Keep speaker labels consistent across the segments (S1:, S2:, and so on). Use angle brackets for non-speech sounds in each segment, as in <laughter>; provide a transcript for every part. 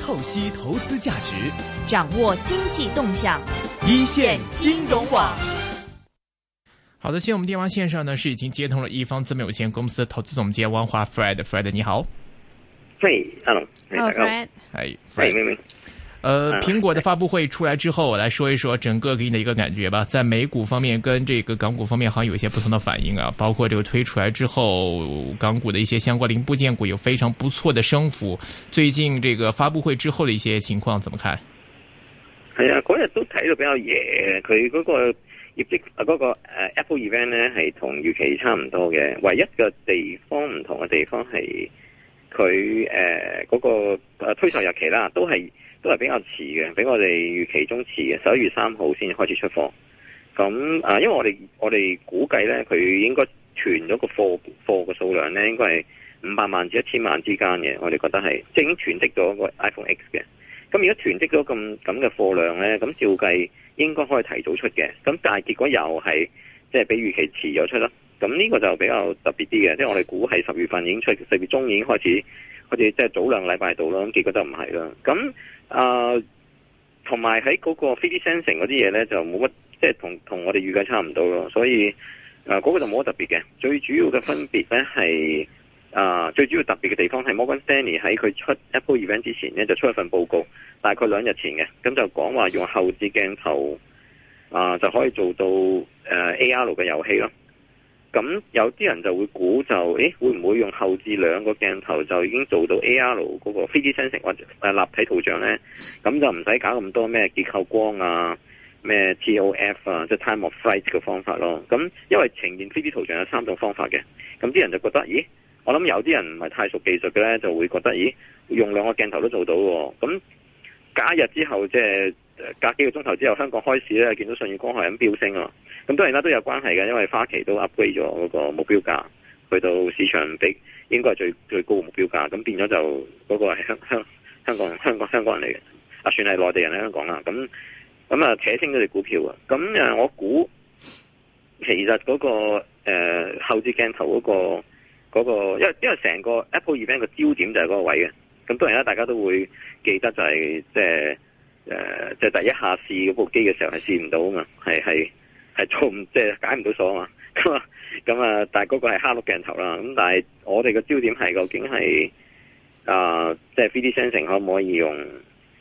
S1: 透析投资价值，
S2: 掌握经济动向，
S1: 一线
S2: 金融网。
S3: 好的，现在我们电话线上呢是已经接通了一方资本有限公司投资总监汪华 Fred，Fred 你好，
S4: 嘿，hello，哎大家好，
S2: Fred，
S3: 哎
S4: 哎，
S3: ，Fred，
S4: 明明，
S3: 呃，
S4: 嗯
S3: 苹果的发布会出来之后，我来说一说整个给你的一个感觉吧，在美股方面跟这个港股方面好像有一些不同的反应啊，包括这个推出来之后，港股的一些相关零部件股有非常不错的升幅，最近这个发布会之后的一些情况怎么看？
S4: 係啊，嗰日都睇到比較夜，佢嗰個業績啊嗰、個、呃 Apple event 咧係同預期差唔多嘅，唯一嘅地方唔同嘅地方係佢誒嗰個、呃、推售日期啦，都係都係比較遲嘅，比我哋預期中遲嘅，十一月三號先開始出貨。咁啊、呃因為我哋我哋估計咧，佢應該囤咗個貨貨嘅數量咧，應該係五百萬至一千萬之間嘅，我哋覺得係即係已經囤積咗個 iPhone X 嘅。咁如果囤積咗咁咁嘅貨量呢，咁照計應該可以提早出嘅。咁但係結果又係即係比預期遲咗出啦。咁呢個就比較特別啲嘅，即係我哋估係十月份已經出，十月中已經開始，開始即係早兩個禮拜到啦。咁結果就唔係啦。咁啊，同埋喺嗰個 3D sensing 嗰啲嘢呢，就冇乜即係同同我哋預計差唔多咯。所以啊，嗰、個就冇乜特別嘅。最主要嘅分別呢係。啊，最主要特別嘅地方係 Morgan Stanley 喺佢出 Apple Event 之前呢，就出一份報告，大概兩日前嘅，咁就講話用後置鏡頭啊，就可以做到誒、呃 AR 嘅遊戲咯。咁有啲人就會估就，誒會唔會用後置兩個鏡頭就已經做到 AR 嗰個 3D sensing 或者誒立體圖像呢？咁就唔使搞咁多咩結構光啊、咩 TOF 啊，即係 time of flight 嘅方法咯。咁因為呈現 3D 圖像有三種方法嘅，咁啲人就覺得，咦？我諗有啲人唔係太熟技術嘅呢，就會覺得，咦，用兩個鏡頭都做到喎。咁假日之後，即係呃隔幾個鐘頭之後，香港開市咧，見到信譽光學咁飆升啊！咁當然啦，都有關係嘅，因為花旗都 upgrade 咗嗰個目標價，去到市場比應該係最最 <laughs> 高嘅目標價，咁變咗就嗰、個係香香香港人香港香港人嚟嘅，啊算係內地人喺香港啦，咁咁啊扯升咗隻股票啊！咁誒，我估其實嗰、個誒、呃、後置鏡頭嗰、個。嗰、個，因為因為成個 Apple event 個焦點就係嗰個位嘅，咁當然啦，大家都會記得就係即係誒，即係第一下試嗰部機嘅時候係試唔到啊嘛，係係係做唔 <laughs> 即係解唔到鎖啊嘛，咁啊咁啊，但係嗰個係哈碌鏡頭啦，咁但係我哋嘅焦點係究竟係啊，即係 3D sensing 可唔可以用，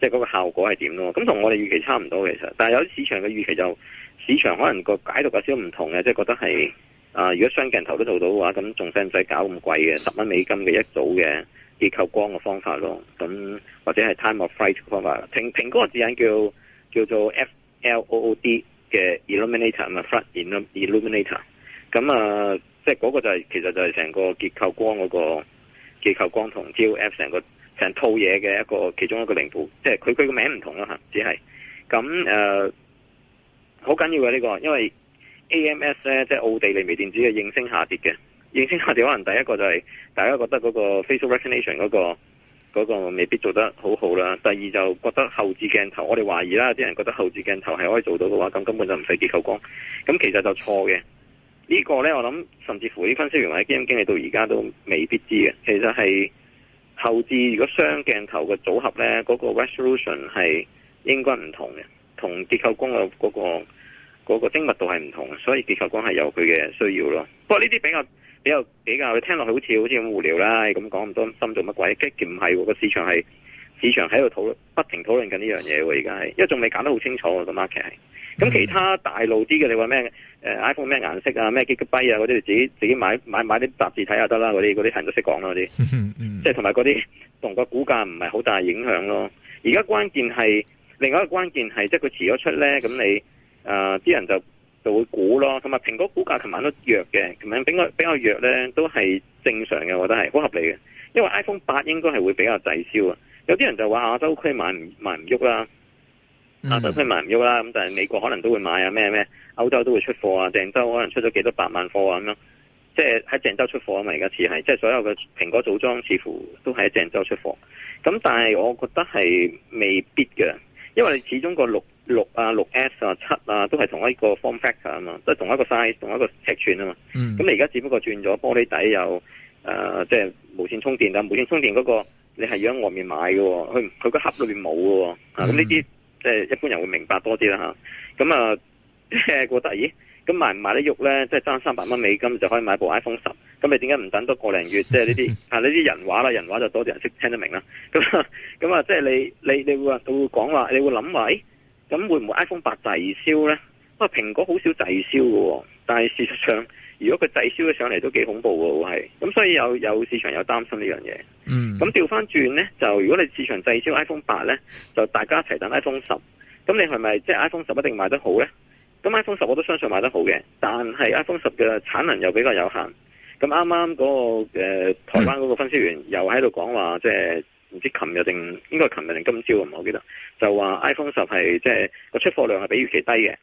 S4: 即係嗰個效果係點咯？咁同我哋預期差唔多其實，但係有啲市場嘅預期就市場可能個解讀有少少唔同嘅，即係覺得係。啊，如果雙鏡頭都做到嘅話，咁仲使唔使搞咁貴嘅十蚊美金嘅一組嘅結構光嘅方法咯？咁或者係 time of flight 嘅方法。蘋蘋果嘅字眼叫叫做 FLOOD 嘅 illuminator 啊，flat illum- illuminator。咁啊，即係嗰個就係、其實就係成個結構光嗰、個結構光同 TOF 成個成套嘢嘅一個其中一個零部，即係佢佢個名唔同啦嚇，只係咁誒好緊要嘅呢、個，因為。AMS 咧，即係奧地利微電子嘅應聲下跌嘅，應聲下跌可能第一個就係大家覺得嗰個 facial recognition 嗰、個嗰、個未必做得好好啦。第二就覺得後置鏡頭，我哋懷疑啦，有啲人覺得後置鏡頭係可以做到嘅話，咁根本就唔使結構光，咁其實就錯嘅。呢、個呢，我諗甚至乎啲分析員或者基金經理到而家都未必知嘅，其實係後置如果雙鏡頭嘅組合呢，嗰、個 resolution 係應該唔同嘅，同結構光嘅嗰、個。嗰個精密度係唔同，所以結構光係有佢嘅需要咯。不過呢啲比較比較比較聽落去好似好似咁無聊啦，咁講咁多心做乜鬼？跟住唔係喎，個市場係市場喺度討論，不停討論緊呢樣嘢喎。而家係，因為仲未搞得好清楚喎個 market 係。咁其他大路啲嘅，你話咩？誒、iPhone 咩顏色啊，咩 Gigabyte 啊嗰啲，你自己自己買買買啲雜誌睇下得啦。嗰啲嗰啲人都識講啦，嗰啲。
S3: 嗯
S4: 即係同埋嗰啲同個股價唔係好大影響咯。而家關鍵係另外一個關鍵係，即係佢遲咗出咧，咁你誒啲、人就就會估咯。同埋蘋果股價琴晚都弱嘅，琴晚比較比較弱咧，都係正常嘅，我覺得係好合理嘅。因為 iPhone 八應該係會比較滯銷啊。有啲人就話亞洲區買唔買唔喐啦，
S1: 啊
S3: 嗯
S1: 嗯
S4: 亞洲區買唔喐啦，咁但係美國可能都會買啊，咩咩歐洲都會出貨啊，鄭州可能出咗幾多百萬貨啊咁樣。即係喺鄭州出貨啊嘛，而家似係，即係所有嘅蘋果組裝似乎都係喺鄭州出貨。咁但係我覺得係未必嘅，因為你始終個六六啊、六 S 啊、七啊都係同一個 form factor 啊嘛，都係同一個 size、同一個尺寸啊嘛。
S3: 嗯
S4: 咁你而家只不過轉咗玻璃底又誒、呃即係無線充電啦，無線充電嗰個你係要喺外面買嘅喎，佢佢個盒裏面冇嘅喎，啊咁呢啲即係一般人會明白多啲啦嚇。咁啊， <laughs> 即係覺得咦，咁買唔買得喐咧？即係爭三百蚊美金就可以買部 iPhone 十，咁你點解唔等多個零月？即係呢啲啊呢啲人話啦，人話就多啲人識聽得明啦。咁啊 <laughs> 咁啊，即係你你你會話會講話，你會諗話，咦咁會唔會 iPhone 八滯銷咧？不過蘋果好少滯銷嘅喎，但係事實上如果佢滯銷咗上嚟都幾恐怖喎，係咁，所以有有市場有擔心呢樣嘢。
S3: 嗯，
S4: 咁調翻轉呢，就如果你市場滯銷 iPhone 八呢，就大家一齊等 iPhone 十。咁你係咪即係 iPhone 十一定賣得好呢？咁 iPhone 十我都相信賣得好嘅，但係 iPhone 十嘅產能又比較有限。咁啱啱嗰個、呃、台灣嗰個分析員又喺度講話，即係唔知琴日定應該係琴日定今朝啊？唔係我記得就話 iPhone 十係即係個出貨量係比預期低嘅。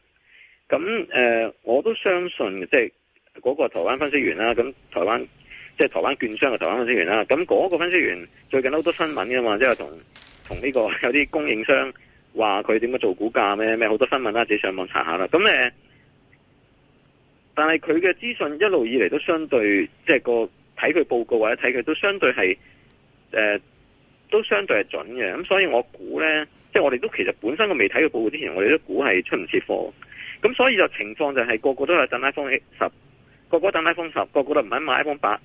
S4: 咁誒、呃我都相信即係嗰個台灣分析員啦，咁台灣。即係台灣券商嘅台灣分析員啦。咁嗰個分析員最近都好多新聞㗎嘛，即係同同呢個 <laughs> 有啲供應商話佢點樣做股價咩咩好多新聞啦，自己上網查下啦。咁誒，但係佢嘅資訊一路以嚟都相對即係個睇佢報告或者睇佢都相對係誒、呃都相對係準嘅。咁所以我估呢，即係我哋都其實本身我未睇佢報告之前，我哋都估係出唔切貨。咁所以就情況就係個個都係等 iPhone 十，個個等 iPhone 十，個個都唔肯買 iPhone 八。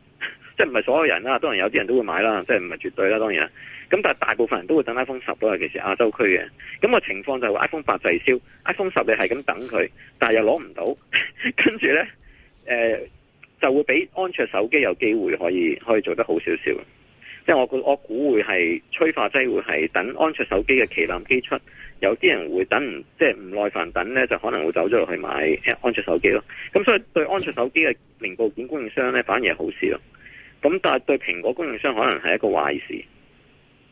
S4: 即係唔係所有人啦，當然有啲人都會買啦，即係唔係絕對啦，當然啦。咁但係大部分人都會等 iPhone 十咯，尤其是亞洲區嘅。咁、個情況就係話 iPhone 八滯銷，iPhone 十你係咁等佢，但係又攞唔到， <laughs> 跟住呢，誒、呃、就會俾安卓手機有機會可以可以做得好少少。即係我估我估會係催化劑會係等安卓手機嘅旗艦機出，有啲人會等唔即係唔耐煩等呢，就可能會走咗落去買安卓手機咯。咁所以對安卓手機嘅零部件供應商呢，反而係好事咯。咁但係對蘋果供應商可能係一個壞事，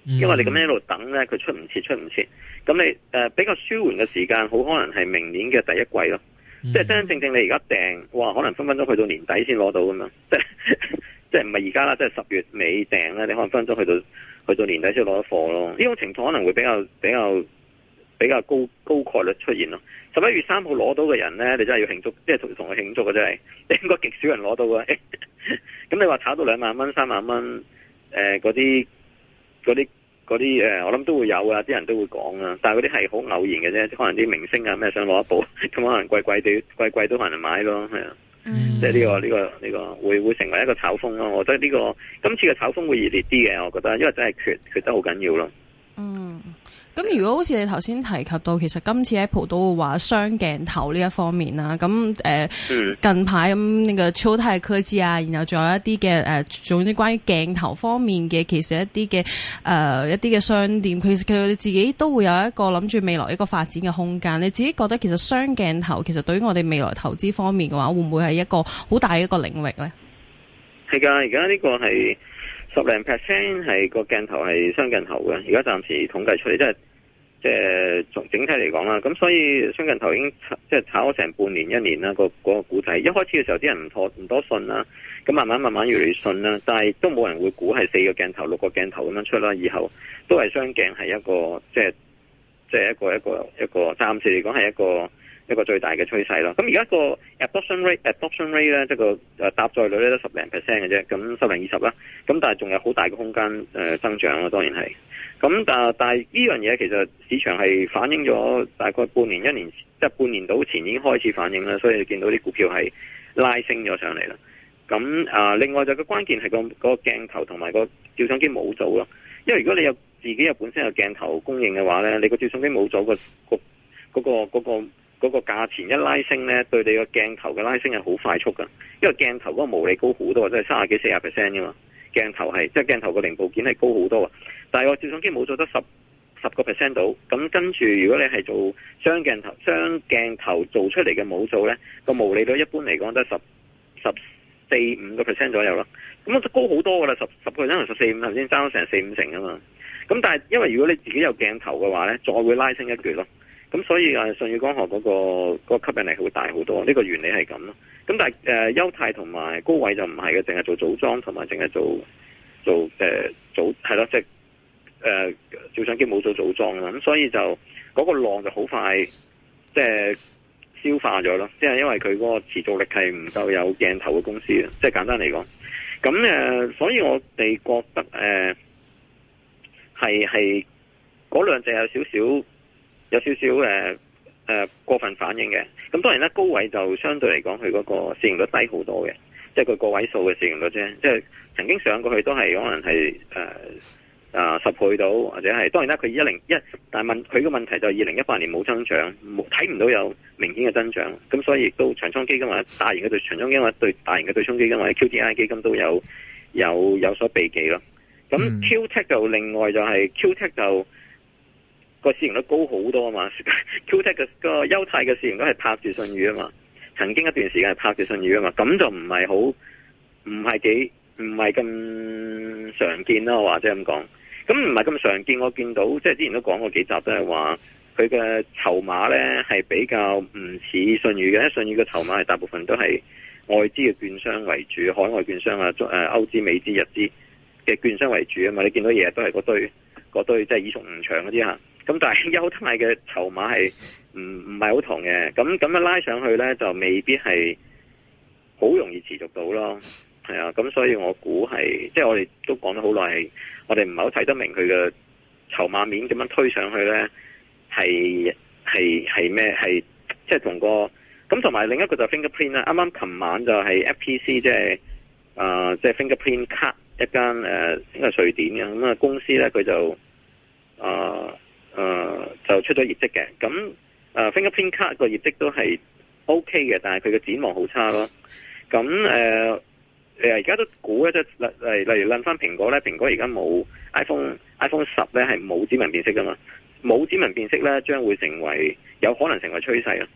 S1: 嗯
S4: 因為你咁樣一路等呢，佢出唔切，出唔切。咁你誒、呃比較舒緩嘅時間，好可能係明年嘅第一季咯。
S3: 嗯，
S4: 即係真真正正你而家訂，哇，可能分分鐘去到年底先攞到咁樣。 <laughs> 即係即係唔係而家啦，即係十月尾訂呢，你可能分分鐘去到去到年底先攞到貨咯。呢種情況可能會比較比較比較高高概率出現咯。十一月三號攞到嘅人呢，你真係要慶祝，即係同同佢慶祝嘅真係，你 <laughs> 應該極少人攞到嘅。 <laughs> 咁你話炒到兩萬蚊、三萬蚊，誒嗰啲嗰啲嗰啲誒，我諗都會有啊，啲人都會講啊，但係嗰啲係好偶然嘅啫，即係可能啲明星啊咩想攞一部，咁可能貴貴地貴貴都可能買咯，係啊，
S2: 嗯
S4: 即係呢個呢個呢個會會成為一個炒風咯，我覺得呢個今次嘅炒風會熱烈啲嘅，我覺得，因為真係缺缺得好緊要咯。
S5: 嗯，咁如果好似你頭先提及到，其實今次 Apple 都會話雙鏡頭呢一方面啦，咁誒、呃
S4: 嗯
S5: 近排咁呢個超太科技啊，然後仲有一啲嘅誒，仲有啲關於鏡頭方面嘅，其實一啲嘅呃誒一啲嘅商店，其實佢哋自己都會有一個諗住未來一個發展嘅空間。你自己覺得其實雙鏡頭其實對於我哋未來投資方面嘅話，會唔會係一個好大嘅一個領域呢？
S4: 係噶，而家呢個係十零 percent 係個鏡頭係雙鏡頭嘅，而家暫時統計出嚟，即係即係從整體嚟講啦。咁所以雙鏡頭已經炒即係炒咗成半年一年啦，個嗰個股仔。一開始嘅時候啲人唔多唔多信啦，咁慢慢慢慢越嚟越信啦，但係都冇人會估係四個鏡頭、六個鏡頭咁樣出啦。以後都係雙鏡係一個即係即係一個一個一個暫時嚟講係一個。一個最大嘅趨勢咯。咁而家個 adoption rate adoption rate 咧，即係個誒呃搭載率咧得十零 percent 嘅啫，咁十零二十啦。咁但係仲有好大嘅空間誒、呃增長咯，當然係。咁但但係呢樣嘢其實市場係反映咗大概半年一年，即係半年到前已經開始反映啦，所以你見到啲股票係拉升咗上嚟啦。咁啊、另外就個關鍵係個個鏡頭同埋個照相機冇做咯。因為如果你有自己有本身有鏡頭供應嘅話咧，你個照相機冇做個個嗰個嗰個。嗰個價錢一拉升咧，對你個鏡頭嘅拉升係好快速噶，因為鏡頭嗰個毛利高好多，即係三十幾四十 percent 噶嘛。鏡頭係即係鏡頭個零部件係高好多啊，但係個照相機冇做得十十個 percent 到，咁跟住如果你係做雙鏡頭，雙鏡頭做出嚟嘅模組咧，個毛利率一般嚟講都係十十四五個 percent 左右啦，咁我就高好多噶啦，十十個 percent 同十四五頭先爭咗成四五成啊嘛，咁但係因為如果你自己有鏡頭嘅話咧，再會拉升一橛咯。咁所以啊，舜宇光學嗰、個嗰個吸引力會大好多，呢、個原理係咁咯。咁但係誒、呃優泰同埋高偉就唔係嘅，淨係做組裝同埋淨係做做誒、呃、組係咯，即係誒照相機冇做組裝啊啦。咁所以就嗰、個浪就好快即係消化咗咯，即係因為佢嗰個持續力係唔夠有鏡頭嘅公啊司嘅，即係簡單嚟講。咁誒、呃所以我哋覺得誒。呃係係嗰兩隻有少少有少少誒誒過分反應嘅。咁當然啦，高位就相對嚟講，佢嗰個市盈率低好多嘅，即係佢個位數嘅市盈率啫。即係曾經上過去都係可能係誒啊十倍到，或者係當然啦，佢一零一，但係問佢個問題就係二零一八年冇增長，冇睇唔到有明顯嘅增長。咁所以亦都長倉基金或者大型嘅對長倉基金或者對大型嘅對沖基金或者 QDII 基金都有有有所避忌咯。咁
S3: 嗯
S4: QTech 就另外就係 QTech 就個市盈率高好多啊嘛 <laughs> ，QTech 嘅個優泰嘅市盈率係拍住信譽啊嘛，曾經一段時間係拍住信譽啊嘛，咁就唔係好唔係幾唔係咁常見咯，或者咁講，咁唔係咁常見，我見到即係之前都講過幾集都係話。佢嘅籌碼呢係比較唔似信譽嘅，信譽嘅籌碼係大部分都係外資嘅券商為主，海外券商啊，中誒歐資、美資、日資嘅券商為主啊嘛。你見到嘢都係嗰堆嗰堆即係耳熟能詳嗰啲嚇。咁但係優泰嘅籌碼係唔唔係好同嘅，咁咁樣拉上去呢，就未必係好容易持續到咯。係啊，咁所以我估係即係我哋都講咗好耐，係我哋唔係好睇得明佢嘅籌碼面咁樣推上去呢。係係係咩？係即係同個咁，同埋另一個就係 fingerprint 啦。啱啱琴晚就係 FPC 即係啊，即係 fingerprint card 一間誒，呃應該係瑞典嘅咁啊公司咧，佢就啊啊、呃就出咗業績嘅。咁啊 fingerprint card 個業績都係 OK 嘅，但係佢嘅展望好差咯。咁誒誒而家都估咧，即係例例如論翻蘋果咧，蘋果而家冇 iPhone iPhone 十咧係冇指紋辨識噶嘛。冇指紋辨識咧，將會成為有可能成為趨勢咯，啊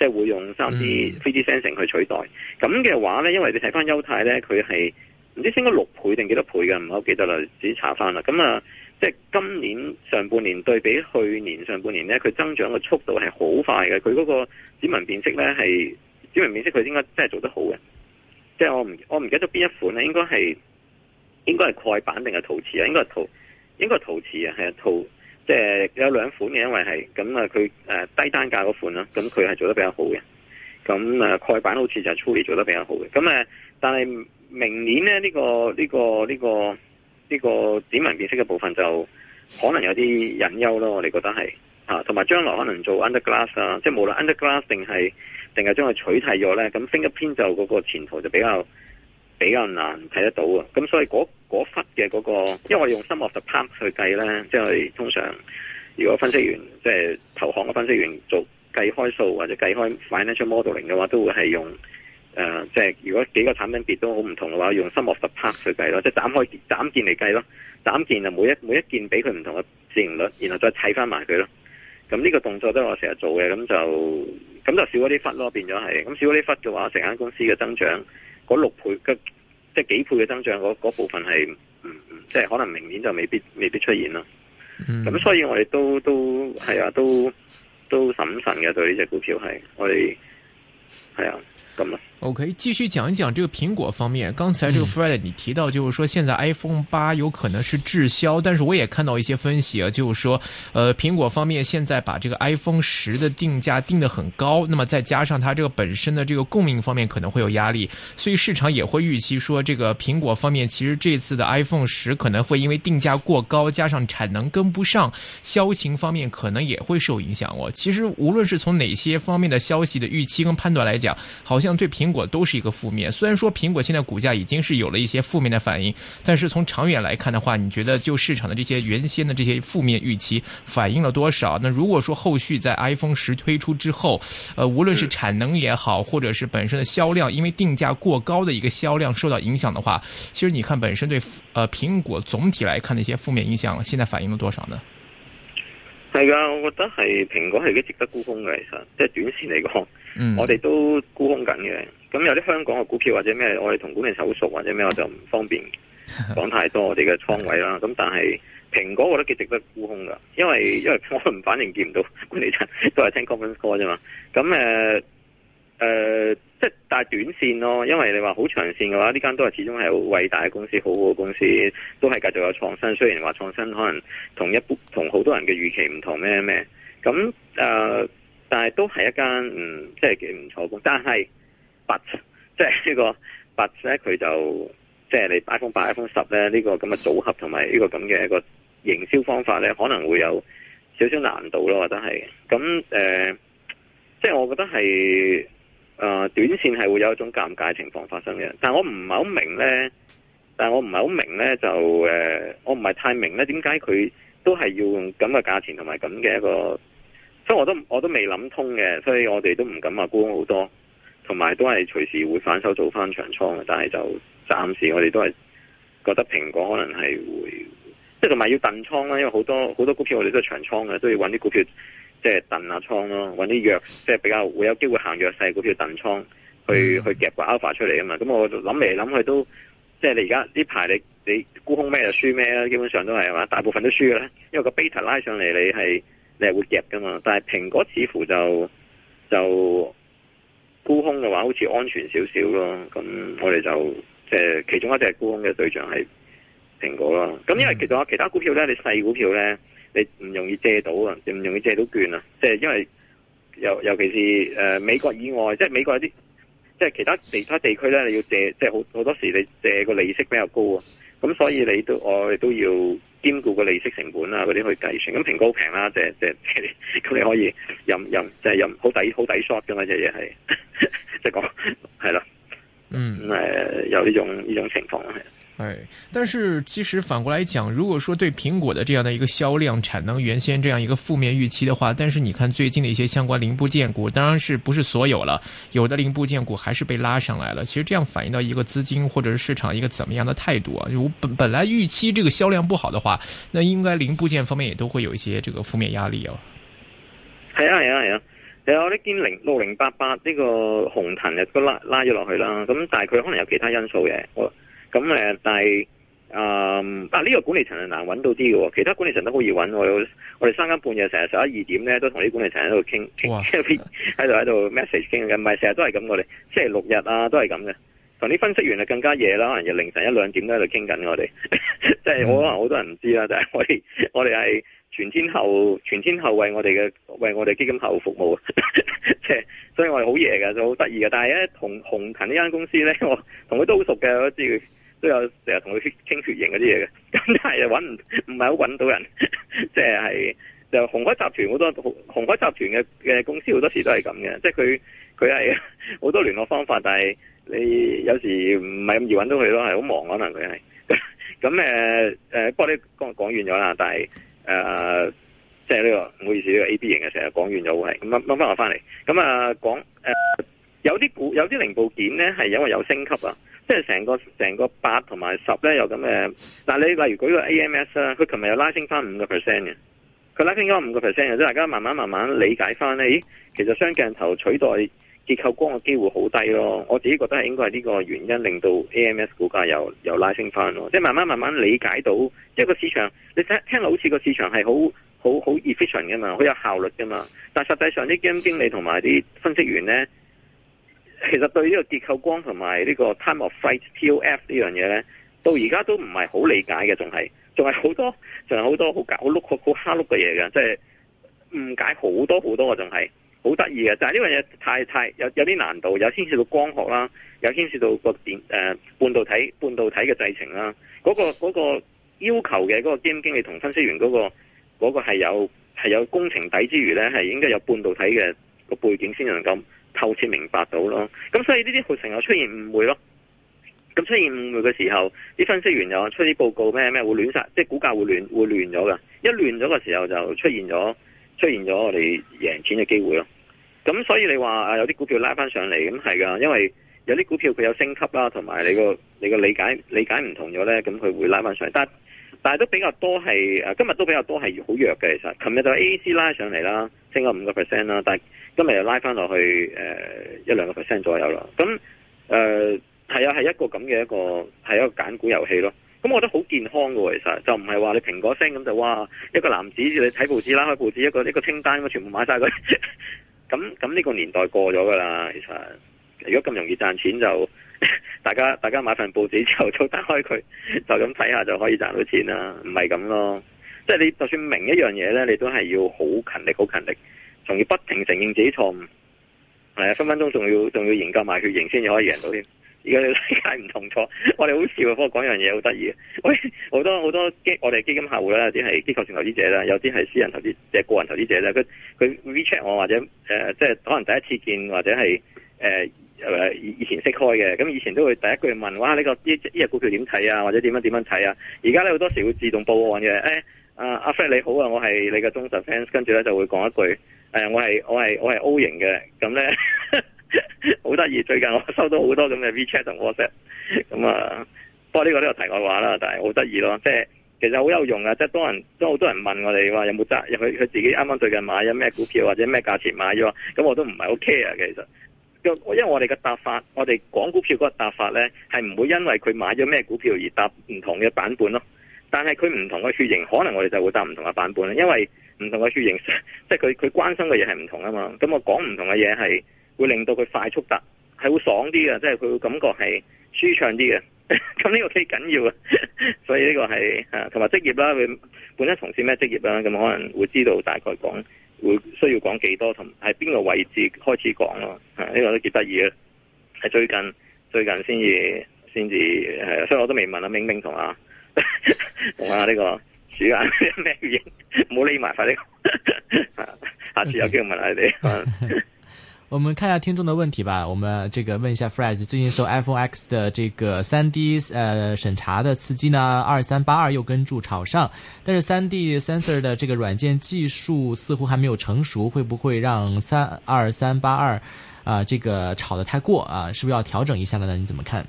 S4: 即係會用三 D、
S3: 嗯
S4: 3D sensing 去取代。咁嘅話咧，因為你睇翻優泰咧，佢係唔知升咗六倍定幾多倍嘅，唔係好記得啦，自己查翻啦。咁啊，即係今年上半年對比去年上半年咧，佢增長嘅速度係好快嘅。佢嗰個指紋辨識咧係指紋辨識，佢應該真係做得好嘅。即係我唔我唔記得咗邊一款咧，啊應該係應該係蓋板定係陶瓷啊？應該係陶應該係陶瓷啊，係啊陶。即係有兩款嘅，因為係咁啊，佢誒低單價嗰款啦，咁佢係做得比較好嘅。咁誒蓋板好似就係 Truly 做得比較好嘅。咁誒，但係明年咧呢、個呢、個呢、個呢、個指紋辨識嘅部分就可能有啲隱憂咯，我哋覺得係啊，同埋將來可能做 under glass 啊，即係無論 under glass 定係定係將佢取替咗咧，咁 fingerprint 就嗰個前途就比較比較難睇得到啊。咁所以嗰嗰忽嘅嗰個，因為我哋用 sum of the parts 去計咧，即係我哋通常如果分析員即係投行嘅分析員做計開數或者計開 financial modeling 嘅話，都會係用誒、呃即係如果幾個產品別都好唔同嘅話，用 sum of the parts 去計咯，即係斬開斬件嚟計咯，斬件就每一每一件俾佢唔同嘅市盈率，然後再砌翻埋佢咯。咁呢個動作都係我成日做嘅，咁就咁就少咗啲忽咯，變咗係咁少咗啲忽嘅話，成間公司嘅增長嗰六倍嘅即係幾倍嘅增長嗰嗰部分係唔唔即係可能明年就未必未必出現咯。
S3: 嗯
S4: 咁所以我哋都都係啊，都都審慎嘅對呢隻股票係，我哋係啊咁啊。
S1: OK，继续讲一讲这个苹果方面。刚才这个
S3: 嗯
S1: Fred 你提到，就是说现在 iPhone 八有可能是滞销，但是我也看到一些分析啊，就是说，呃，苹果方面现在把这个 iPhone 十的定价定得很高，那么再加上它这个本身的这个供应方面可能会有压力，所以市场也会预期说，这个苹果方面其实这次的 iPhone 十可能会因为定价过高，加上产能跟不上，销情方面可能也会受影响哦。其实无论是从哪些方面的消息的预期跟判断来讲，好像对苹果都是一个负面。虽然说苹果现在股价已经是有了一些负面的反应，但是从长远来看的话，你觉得就市场的这些原先的这些负面预期反映了多少？那如果说后续在 iPhone 十推出之后，呃，无论是产能也好，或者是本身的销量，因为定价过高的一个销量受到影响的话，其实你看本身对呃苹果总体来看的一些负面影响，现在反映了多少呢？
S4: 係噶，我覺得係蘋果係幾值得沽空嘅，其實即係短線嚟講，
S1: 嗯
S4: 我哋都沽空緊嘅。咁有啲香港嘅股票或者咩，我哋同管理層好熟或者咩，我就唔方便講太多我哋嘅倉位啦。咁但係蘋果，我覺得幾值得沽空噶，因為因為我唔反應見唔到管理層，都係聽 conference call 啫嘛。咁誒誒，即係但係短線咯，因為你話好長線嘅話，呢間都係始終係好偉大嘅公司，好好嘅公司，都係繼續有創新。雖然話創新可能。同一般同好多人嘅預期唔同咩咩，咁誒、呃但係都係一間嗯，即係幾唔錯嘅公司。但係 but 即係呢個 but 咧，佢就即係你 iPhone 八、iPhone 十咧呢個咁嘅組合同埋呢個咁嘅一個營銷方法咧，可能會有少少難度咯，我覺得係。咁誒、呃即係我覺得係誒、呃短線係會有一種尷尬情況發生嘅，但我唔係好明咧，但我唔係好明咧就誒、呃我唔係太明咧點解佢都係要用咁嘅價錢同埋咁嘅一個，所以我都我都未諗通嘅，所以我哋都唔敢話沽好多，同埋都係隨時會反手做翻長倉嘅，但係就暫時我哋都係覺得蘋果可能係會，即係同埋要燉倉啦，因為好多好多股票我哋都係長倉嘅，都要揾啲股票即係燉下倉咯，揾啲弱即係比較會有機會行弱勢股票燉倉去去夾個 alpha 出嚟啊嘛，咁我就諗嚟諗去都。即係你而家呢排你你沽空咩就輸咩啦，基本上都係嘛，大部分都輸嘅啦，因為個 beta 拉上嚟你係你係會夾噶嘛，但係蘋果似乎就就沽空嘅話好似安全少少咯，咁我哋就即係其中一隻沽空嘅對象係蘋果咯，咁因為其實其他股票咧，你細股票咧，你唔容易借到啊，唔容易借到券啊，即係因為尤尤其是誒、呃美國以外，即係美國有啲。即係其他其他地區咧，你要借，即係好好多時你借個利息比較高啊，咁所以你都我哋都要兼顧個利息成本啊嗰啲去計算。咁蘋果好平啦，借借借你，咁你可以任任即係任好抵好抵 short 噶嘛，隻嘢係即係講係啦，
S1: 嗯
S4: 咁、誒有呢種呢種情況啊係。
S1: 哎，但是其实反过来讲，如果说对苹果的这样的一个销量、产能原先这样一个负面预期的话，但是你看最近的一些相关零部件股，当然是不是所有了，有的零部件股还是被拉上来了。其实这样反映到一个资金或者是市场一个怎么样的态度啊？如本本来预期这个销量不好的话，那应该零部件方面也都会有一些这个负面压力哦。
S4: 係啊係啊係啊，係啊！我哋見零六零八八呢個紅騰日都拉拉咗落去啦，咁但係佢可能有其他因素嘅，我咁誒，但係嗯啊呢、個管理層係難揾到啲嘅喎，其他管理層都好易揾喎。我有我哋三更半夜成日十一二點咧，都同啲管理層喺度傾
S1: 哇
S4: 傾，喺度喺度 message 傾緊，唔係成日都係咁我哋，星期六日啊都係咁嘅。同啲分析員啊更加夜啦，可能就凌晨一兩點都喺度傾緊我哋， <laughs> 即係我可能好多人唔知啦，但係我哋 <laughs> 我哋係全天候全天候為我哋嘅為我哋基金客戶服務， <laughs> 即係所以我哋好夜嘅，就好得意嘅。但係咧，同紅騰呢 <laughs> 間公司咧，我同佢都好熟嘅，我知佢都有成日同佢傾血型嗰啲嘢嘅，咁但係又揾唔唔係好揾到人，即係係就紅海集團好多紅海集團嘅嘅公司好多時都係咁嘅，即係佢佢係 <laughs> 好多聯絡方法，但係。你有時唔係咁易揾到佢咯，係好忙可能佢係 <laughs> 咁誒誒，不過你講講遠咗啦，但係誒、呃即係呢、個唔好意思，呢、個 A B 型嘅成日講遠咗會係咁掹掹翻我翻嚟，咁啊講誒、呃有啲股有啲零部件咧係因為有升級啊，即係成個成個八同埋十咧有咁嘅，嗱你例如舉個 A M S 啦，佢琴日又拉升翻五個 percent 嘅。佢拉升咗五個 percent 嘅，即係大家慢慢慢慢理解翻咧，咦，其實雙鏡頭取代結構光嘅機會好低咯。我自己覺得係應該係呢個原因令到 AMS 股價又又拉升翻咯。即係慢慢慢慢理解到，即係個市場，你聽聽落好似個市場係好好好 efficient 嘅嘛，好有效率嘅嘛。但實際上啲基金經理同埋啲分析員咧，其實對呢個結構光同埋呢個 time of flight TOF 呢樣嘢咧，到而家都唔係好理解嘅，仲係仲係好多仲係好多好搞好碌好好蝦碌嘅嘢嘅，即係誤解好多好多嘅，仲係好得意嘅。但係呢樣嘢太太有有啲難度，有牽涉到光學啦，有牽涉到個電誒、呃半導體半導體嘅製程啦，嗰、個嗰、個要求嘅嗰個基金經理同分析員嗰、個嗰、個係有係有工程底之餘咧，係應該有半導體嘅個背景先能夠透徹明白到咯。咁所以呢啲好成日出現誤會咯。咁出現誤會嘅時候，啲分析員又出啲報告咩咩會亂晒，即係股價會亂會亂咗嘅。一亂咗嘅時候就出現咗出現咗我哋贏錢嘅機會咯。咁所以你話啊有啲股票拉翻上嚟咁係㗎，因為有啲股票佢有升級啦，同埋你個你個理解理解唔同咗咧，咁佢會拉翻上嚟。但但係都比較多係啊誒，今日都比較多係好弱嘅其實。琴日就 A C 拉上嚟啦，升咗五個 percent 啦，但係今日又拉翻落去誒、一兩個 percent 左右啦。咁誒係啊，係一個咁嘅一個係一個揀股遊戲咯。咁我覺得好健康嘅喎，其實就唔係話你蘋果升咁就哇一個男子你睇報紙啦，開報紙一個一個清單咁全部買晒佢。 <laughs> 咁咁呢個年代過咗㗎啦，其實如果咁容易賺錢就 <laughs> 大家大家買份報紙之後就打開佢， <laughs> 就咁睇下就可以賺到錢啦，唔係咁咯。即係你就算明一樣嘢呢，你都係要好勤力，好勤力，仲要不停承認自己錯誤。係啊，分分鐘仲要仲要研究埋血型先至可以贏到添。而而家世界唔同咗，我哋好笑啊！不過講樣嘢好得意嘅，喂，好多好多基我哋基金客戶啦，有啲係機構性投資者啦，有啲係私人投資即係個人投資者啦。佢佢 WeChat 我或者誒、呃即係可能第一次見或者係誒誒以前識開嘅，咁以前都會第一句問哇呢、個呢呢只股票點睇啊，或者點樣點樣睇啊？而家咧好多時會自動報案嘅，誒、啊阿 Fred 你好啊，我係你嘅忠實 fans，跟住咧就會講一句誒、我係我係我係 O 型嘅，咁咧。 <laughs> 好得意，最近我收到好多咁嘅 WeChat 同 WhatsApp，咁啊，不過呢個都係題外話啦，但係好得意咯，即係其實好有用啊！即係多人都好多人問我哋話有冇揸，佢佢自己啱啱最近買咗咩股票或者咩價錢買咗，咁我都唔係好 care 嘅其實。因為我哋嘅答法，我哋講股票嗰個答法呢，係唔會因為佢買咗咩股票而答唔同嘅版本咯。但係佢唔同嘅血型，可能我哋就會答唔同嘅版本啦，因為唔同嘅血型，即係佢佢關心嘅嘢係唔同啊嘛。咁我講唔同嘅嘢係。會令到佢快速達，係會爽啲嘅，即係佢會感覺係舒暢啲嘅。 <laughs> 咁呢個幾緊要啊， <laughs> 所以呢個係啊，同埋職業啦，佢本身從事咩職業啊啦，咁可能會知道大概講會需要講幾多，同係邊個位置開始講咯。啊，呢個都幾得意嘅，係最近最近先至先至誒，所以我都未問啊阿明明同阿 <laughs> 同阿呢個鼠眼 <laughs> 咩嘢，唔好匿埋快 <laughs> 啲。啊下次有機會問下你哋。啊
S6: 我们看一下听众的问题吧。我们这个问一下 Fred，最近受 iPhone X 的这个 3D 呃审查的刺激呢，二三八二又跟住炒上，但是 3D sensor 的这个软件技术似乎还没有成熟，会不会让三二三八二啊这个炒得太过啊？是不是要调整一下了呢？你怎么看？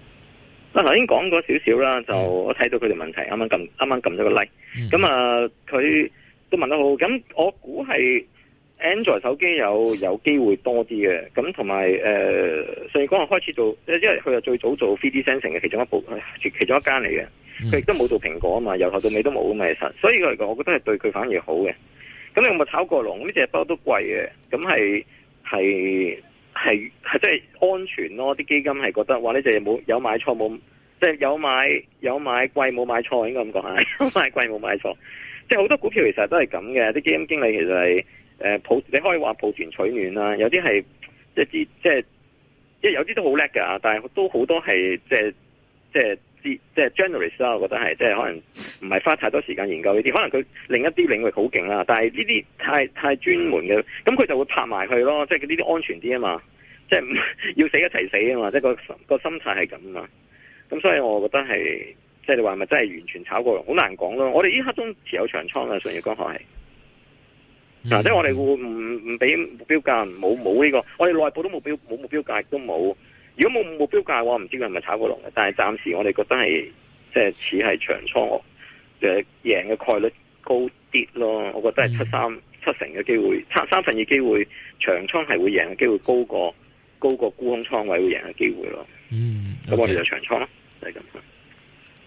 S4: 我頭先講過少少啦，就我睇到佢哋問題，啱啱撳啱啱撳咗個 like，咁
S6: 嗯
S4: 啊佢都問得好，咁我估係 Android 手機有有機會多啲嘅，咁同埋呃誒信義光學開始做，因為佢係最早做 3D sensing 嘅其中一部，其其中一間嚟嘅，佢亦都冇做蘋果啊嘛，由頭到尾都冇啊嘛，其實，所以佢嚟講，我覺得係對佢反而好嘅。咁你有冇炒過龍？呢隻包都貴嘅，咁係係。係係即係安全咯，啲基金係覺得話呢隻嘢冇有買錯冇，即係有買有買貴冇買錯，應該咁講係 <laughs> 有買貴冇買錯，即係好多股票其實都係咁嘅，啲基金經理其實係誒、呃抱，你可以話抱團取暖啦，有啲係即係知即係即係有啲都好叻㗎，但係都好多係即係即係。知即係 generalist 啦，我覺得係即係可能唔係花太多時間研究呢啲，可能佢另一啲領域好勁啦，但係呢啲太太專門嘅，咁佢就會拍埋佢咯，即係呢啲安全啲啊嘛，即係唔 <laughs> 要死一齊死啊嘛，即係個個心態係咁啊嘛，咁所以我覺得係即係你話係咪真係完全炒過龍，好難講咯。我哋依刻中持有長倉啊，舜宇光學係。
S6: 嗯
S4: 嗱、即係我哋會唔唔俾目標價，冇冇呢個，我哋內部都目標冇目標價，亦都冇。如果冇目標價嘅話，唔知佢係咪炒過龍嘅。但係暫時我哋覺得係即係似係長倉嘅贏嘅概率高啲咯。我覺得係七三七成嘅機會，三三分二機會長倉係會贏嘅機會高過高過沽空倉位會贏嘅機會咯。
S6: 嗯，
S4: 咁我哋就長倉咯，就係咁。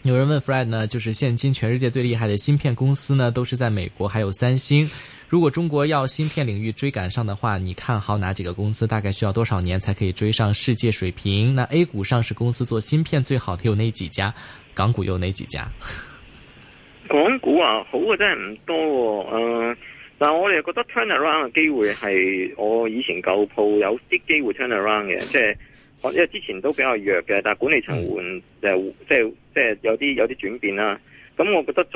S6: 有人问 Fred 呢，就是现今全世界最厉害的芯片公司呢，都是在美国，还有三星。如果中国要芯片领域追赶上的话，你看好哪几个公司？大概需要多少年才可以追上世界水平？那 A 股上市公司做芯片最好的有哪几家？港股有哪几家？
S4: 港股啊，好嘅真係唔多、喎。呃但係我哋覺得 turnaround 嘅機會係我以前舊鋪有啲機會 turnaround 嘅，即係我因為之前都比較弱嘅，但係管理層換誒即係即係有啲有啲轉變啦。咁我覺得再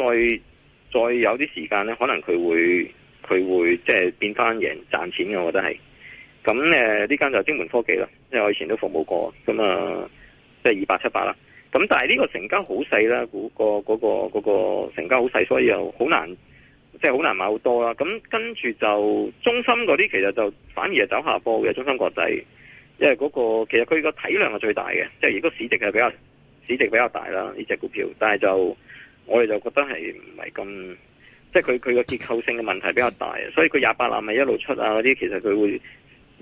S4: 再有啲時間咧，可能佢會佢會即係變翻贏賺錢嘅，我覺得係。咁誒呢間就係精門科技啦，因為我以前都服務過，咁啊即係二八七八啦。咁但係呢個成交好細啦，嗰、個嗰、個嗰、個成交好細，所以又好難即係好難買好多啦。咁跟住就中心嗰啲其實就反而係走下坡嘅，中心國際，因為嗰、個其實佢個體量係最大嘅，即係如果市值係比較市值比較大啦呢只股票，但係就我哋就覺得係唔係咁。即係佢佢個結構性嘅問題比較大，所以佢廿八納米一路出啊嗰啲，其實佢會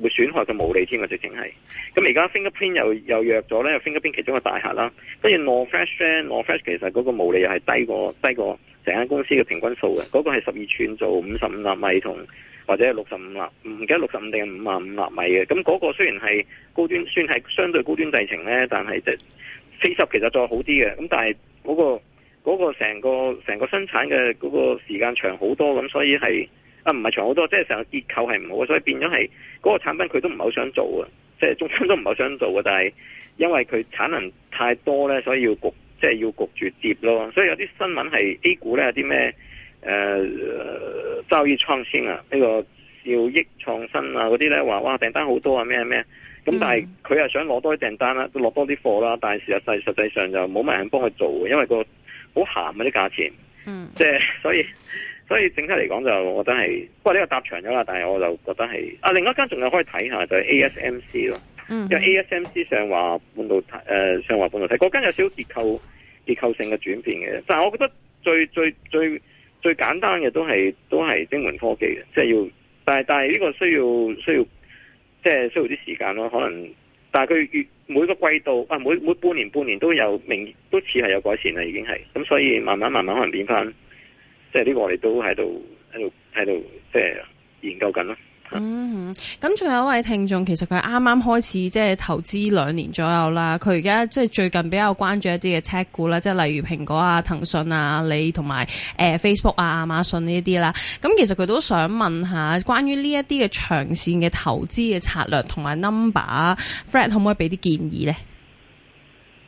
S4: 會損害佢毛利添啊，直情係。咁而家 Fingerprint 又又弱咗咧，Fingerprint 其中一個大客啦，跟住 Nor Flash 咧，Nor Flash 其實嗰個毛利又係低過低過成間公司嘅平均數嘅，嗰、個係十二寸做五十五納米同或者六十五納，唔記得六十五定係五啊五納米嘅，咁嗰個雖然係高端，算係相對高端製程咧，但係即係四十其實再好啲嘅，咁但係嗰、個。嗰個成個成個生產嘅嗰個時間長好多，咁所以係啊唔係長好多，即係成個結構係唔好，所以變咗係嗰個產品佢都唔係好想做啊，即即係中心都唔係好想做嘅，但係因為佢產能太多咧，所以要焗，即係要焗住接咯。所以有啲新聞係 A 股咧有啲咩誒交易創新啊，呢、個兆益創新啊嗰啲咧話哇訂單好多啊咩咩，咁但係佢又想攞多啲訂單啦，落多啲貨啦，但係事實際實際上就冇乜人幫佢做嘅，因為個好啊鹹嗰啲價錢。
S5: 嗯
S4: 即係 <laughs> 所以所以整體嚟講就我覺得係，不過呢個搭長咗啦，但係我就覺得係啊，另一間仲有可以睇下就係 ASMC 咯，
S5: 嗯
S4: 因為 ASMC 上華半導體誒、呃上華半導體嗰間有少少結構結構性嘅轉變嘅，但係我覺得最最最最簡單嘅都係都係精門科技嘅，即係要，但係但係呢個需要需要即係需要啲時間咯，可能。但係佢越每個季度啊，每每半年半年都有明，都似係有改善啦，已經係咁，所以慢慢慢慢可能變翻，即係呢個我哋都喺度喺度喺度即係研究緊咯。
S5: 嗯，咁仲有一位聽眾，其實佢啱啱開始即係投資兩年左右啦。佢而家即係最近比較關注一啲嘅 tech 股啦，即係例如蘋果啊、騰訊啊、你同埋誒 Facebook 啊、亞馬遜呢啲啦。咁其實佢都想問下關於呢一啲嘅長線嘅投資嘅策略同埋 number，Fred 可唔可以俾啲建議呢？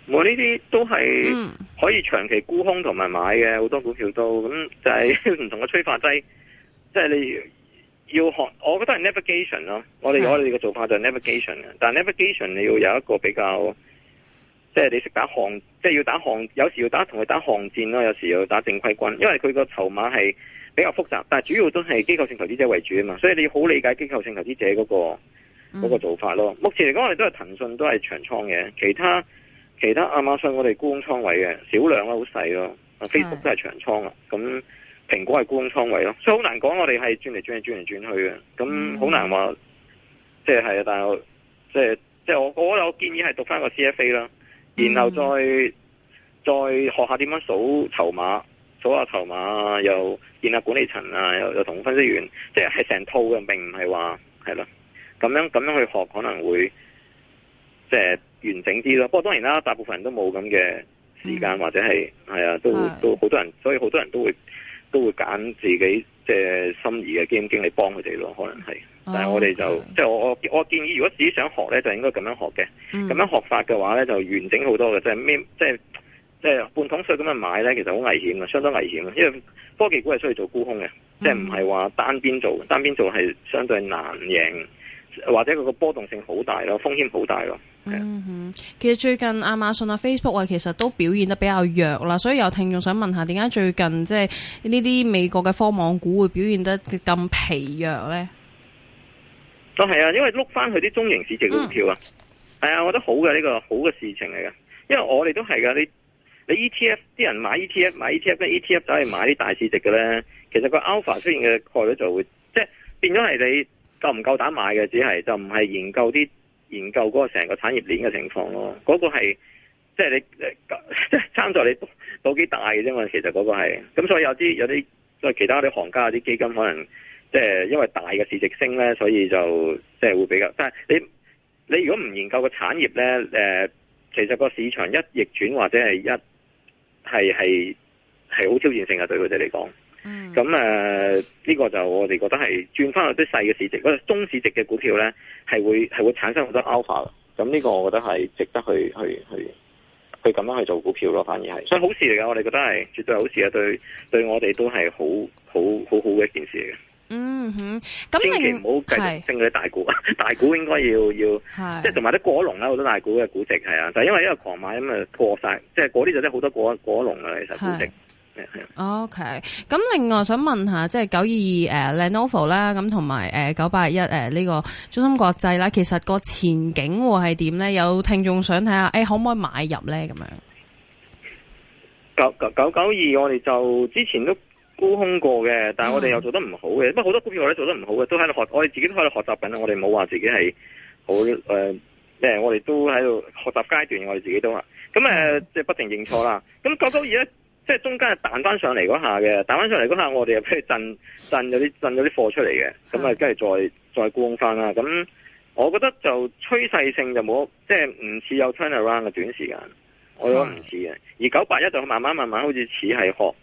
S4: 我呢啲都係
S5: 嗯
S4: 可以長期沽空同埋買嘅，好多股票都咁就係 <laughs> 唔同嘅催化劑，即係你要學，我覺得係 navigation 咯。我哋
S5: 係
S4: 我哋嘅做法就係 navigation 嘅，但係 navigation 你要有一個比較，即係你識打巷，即係要打巷，有時要打同佢打巷戰咯，有時要打正規軍，因為佢個籌碼係比較複雜，但係主要都係機構性投資者為主啊嘛，所以你要好理解機構性投資者嗰、個。嗰個做法咯。目前嚟講，我哋都係騰訊都係長倉嘅，其他其他亞馬遜我哋沽空倉位嘅，少量啦，好細咯。啊 Facebook 都係長倉啦，咁蘋果係沽空倉位咯，所以好難講我哋係轉嚟轉去轉嚟轉去嘅，咁好難話即係係啊，但係我即係即係我我有建議係讀翻個 CFA 啦，然後再、再學下點樣數籌碼。數下籌碼，又見下管理層啊，又又同分析員，即係係成套嘅，並唔係話係咯。咁樣咁樣去學可能會即係完整啲咯。不過當然啦，大部分人都冇咁嘅時間、或者係係啊，都
S5: 嗯係
S4: 都好多人，所以好多人都會都會揀自己即係心儀嘅基金經理幫佢哋咯，可能係。但係我哋就、
S5: 哦
S4: 即係我我我建議，如果自己想學咧，就應該咁樣學嘅。
S5: 嗯
S4: 咁樣學法嘅話咧，就完整好多嘅，即係咩？即係即係半桶水咁樣買咧，其實好危險嘅，相當危險嘅，因為科技股係需要做沽空嘅，
S5: 嗯
S4: 即係唔係話單邊做，單邊做係相對難贏，或者佢個波動性好大咯，風險好大咯。
S5: 嗯哼，其實最近亞馬遜啊、Facebook 啊，其實都表現得比較弱啦，所以有聽眾想問下，點解最近即係呢啲美國嘅科網股會表現得咁疲弱呢？
S4: 都係啊，因為碌翻佢啲中型市值股票啊，係啊，我覺得好嘅呢、個好嘅事情嚟嘅，因為我哋都係噶，你你 ETF 啲人買 ETF 買 E ETF 跟 ETF 走去買啲大市值嘅咧，其實個 alpha 出現嘅概率就會即係變咗係你夠唔夠膽買嘅，只係就唔係研究啲研究嗰個成個產業鏈嘅情況咯，嗰、個係。即係你 <laughs> 誒即係參在你賭幾大嘅啫嘛，其實嗰個係咁，所以有啲有啲即係其他啲行家有啲基金可能即係因為大嘅市值升咧，所以就即係會比較。但係你你如果唔研究個產業咧，誒、其實個市場一逆轉或者係一係係係好挑戰性嘅對佢哋嚟講。
S5: 嗯
S4: 咁誒呢個就我哋覺得係轉翻去啲細嘅市值，嗰個中市值嘅股票咧係會係會產生好多 alpha 嘅。咁呢個我覺得係值得去去去去咁樣去做股票咯，反而係，所以好事嚟㗎，我哋覺得係絕對係好事啊！對對，我哋都係好好好好嘅一件事
S5: 嗯哼，
S4: 嚟嘅，
S5: 咁
S4: 千祈唔
S5: 另
S4: 好繼
S5: 係
S4: 續升嗰啲大股， <laughs> 大股應該要要。即係
S5: 係
S4: 同埋啲果龍啦，好多大股嘅估值係啊，就係因為因為狂買咁啊破晒，即係嗰啲就真係好多果果龍啊，其實估值
S5: 係哦
S4: 係係啊
S5: OK，咁另外想問下，即係九二二誒 Lenovo 啦，咁同埋誒九八一誒呢個中芯國際啦，其實個前景會係點呢？有聽眾想睇下，誒、可唔可以買入呢？咁樣
S4: 九九九九二，我哋就之前都沽空過嘅，但係我哋又做得唔好嘅，不過好多股票我哋做得唔好嘅，都喺度學，我哋自己都喺度學習緊啦，我哋冇話自己係好誒，呃即、係我哋都喺度學習階段，我哋自己都啊，咁誒、呃即係不停認錯啦。咁九九二咧，即係中間係彈翻上嚟嗰下嘅，彈翻上嚟嗰下，我哋又俾佢震震咗啲震咗啲貨出嚟嘅，咁啊，跟住再再沽空翻啦。咁我覺得就趨勢性就冇，即係唔似有 turn around 嘅短時間。我覺得唔似嘅。而九八一就慢慢慢慢好似似係學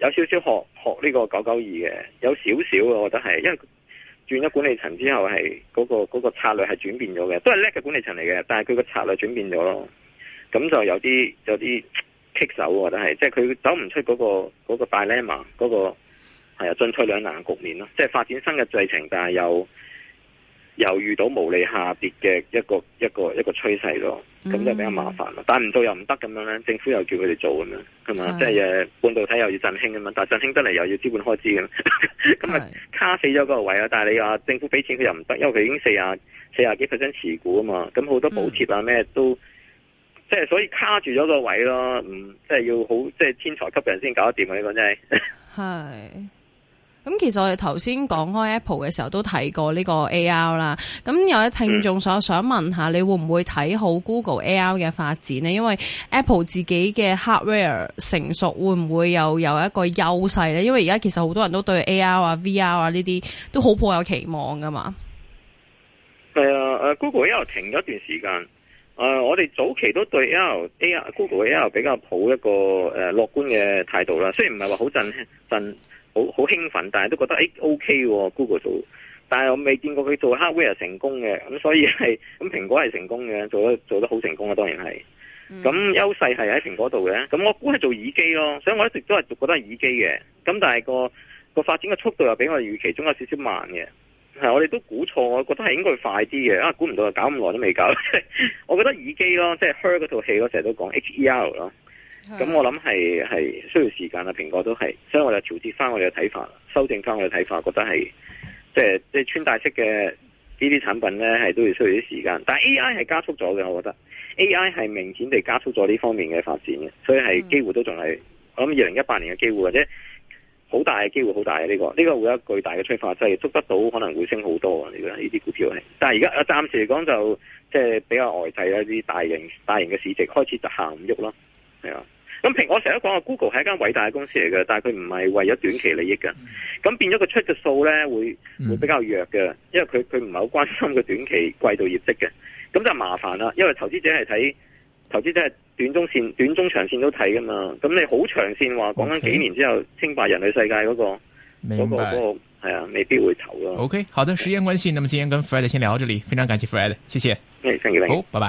S4: 有少少學學呢個九九二嘅，有少少嘅我覺得係，因為轉咗管理層之後，係嗰、個嗰、個策略係轉變咗嘅，都係叻嘅管理層嚟嘅，但係佢個策略轉變咗咯。咁就有啲有啲棘手，我覺得係，即係佢走唔出嗰、個嗰、個 dilemma 嗰、個係啊進退兩難嘅局面咯。即係發展新嘅製程，但係又又遇到無利下跌嘅一個一個一個趨勢咯。咁就比較麻煩咯。但係唔做又唔得咁樣咧，政府又叫佢哋做咁樣，係嘛？
S5: 係
S4: 即係誒半導體又要振興咁樣，但係振興得嚟又要資本開支咁， <laughs> 咁啊咪
S5: 係
S4: 卡死咗嗰個位啊！但係你話政府俾錢佢又唔得，因為佢已經四啊四啊幾 percent 持股啊嘛，咁好多補貼啊咩都，即係所以卡住咗個位咯，嗯，即係要好即係天才級人先搞得掂啊！呢個真係。
S5: 係。咁其實我哋頭先講開 Apple 嘅時候都提過呢個 AR 啦，咁有啲聽眾想想問下，你會唔會睇好 Google AR 嘅發展呢？因為 Apple 自己嘅 hardware 成熟，會唔會又有一個優勢呢？因為而家其實好多人都對 AR 啊、VR 啊呢啲都好抱有期望噶嘛。
S4: 係啊，诶，Google AR 停咗一段時間。诶、我哋早期都對 AR、AR、Google AR 比較抱一個诶乐观嘅態度啦。雖然唔係話好振振好好興奮，但係都覺得诶 OK 喎，Google 做。但係我未見過佢做 hardware 成功嘅，咁所以係 <laughs> 咁蘋果係成功嘅，做得做得好成功啊，當然係。咁優勢係喺蘋果度嘅，咁我估係做耳機咯，所以我一直都係覺得係耳機嘅。咁但係個個發展嘅速度又比我預期中有少少慢嘅。係，我哋都估錯，我覺得係應該快啲嘅。啊，估唔到啊，搞咁耐都未搞。 <laughs> 我覺得耳機咯，即係 Her 嗰套戲咯，成日都講 HER 咯。咁我諗係係需要時間啊啦，蘋果都係，所以我就調節翻我哋嘅睇法，修正翻我哋嘅睇法，覺得係即係即係穿戴式嘅呢啲產品咧，係都要需要啲時間。但係 AI 係加速咗嘅，我覺得 AI 係明顯地加速咗呢方面嘅發展嘅，所以係機會都仲係，我諗二零一八年嘅機會或者。好大嘅機會，好大嘅呢、個，呢、個會有巨大嘅催化劑，捉得到可能會升好多啊！呢個呢啲股票係，但係而家啊暫時嚟講就即係比較呆滯啦，啲大型大型嘅市值開始就行唔喐咯，係啊。咁蘋我成日都講啊，Google 係一間偉大嘅公司嚟嘅，但係佢唔係為咗短期利益
S1: 嗯
S4: 嘅，咁變咗佢出嘅數咧會會比較弱嘅，因為佢佢唔係好關心佢短期季度業績嘅，咁就麻煩啦，因為投資者係睇。投資者係短中線、短中長線都睇噶嘛，咁你好長線話講緊
S1: OK
S4: 幾年之後稱霸人類世界嗰、個嗰、
S1: 明
S4: 個
S1: 白。
S4: 嗰、個係啊，未必會投咯。
S1: OK，好的，时间关系，那么今天跟 Fred 先聊到这里，非常感谢 Fred，谢谢。
S4: 因為星期零
S1: 好，拜拜。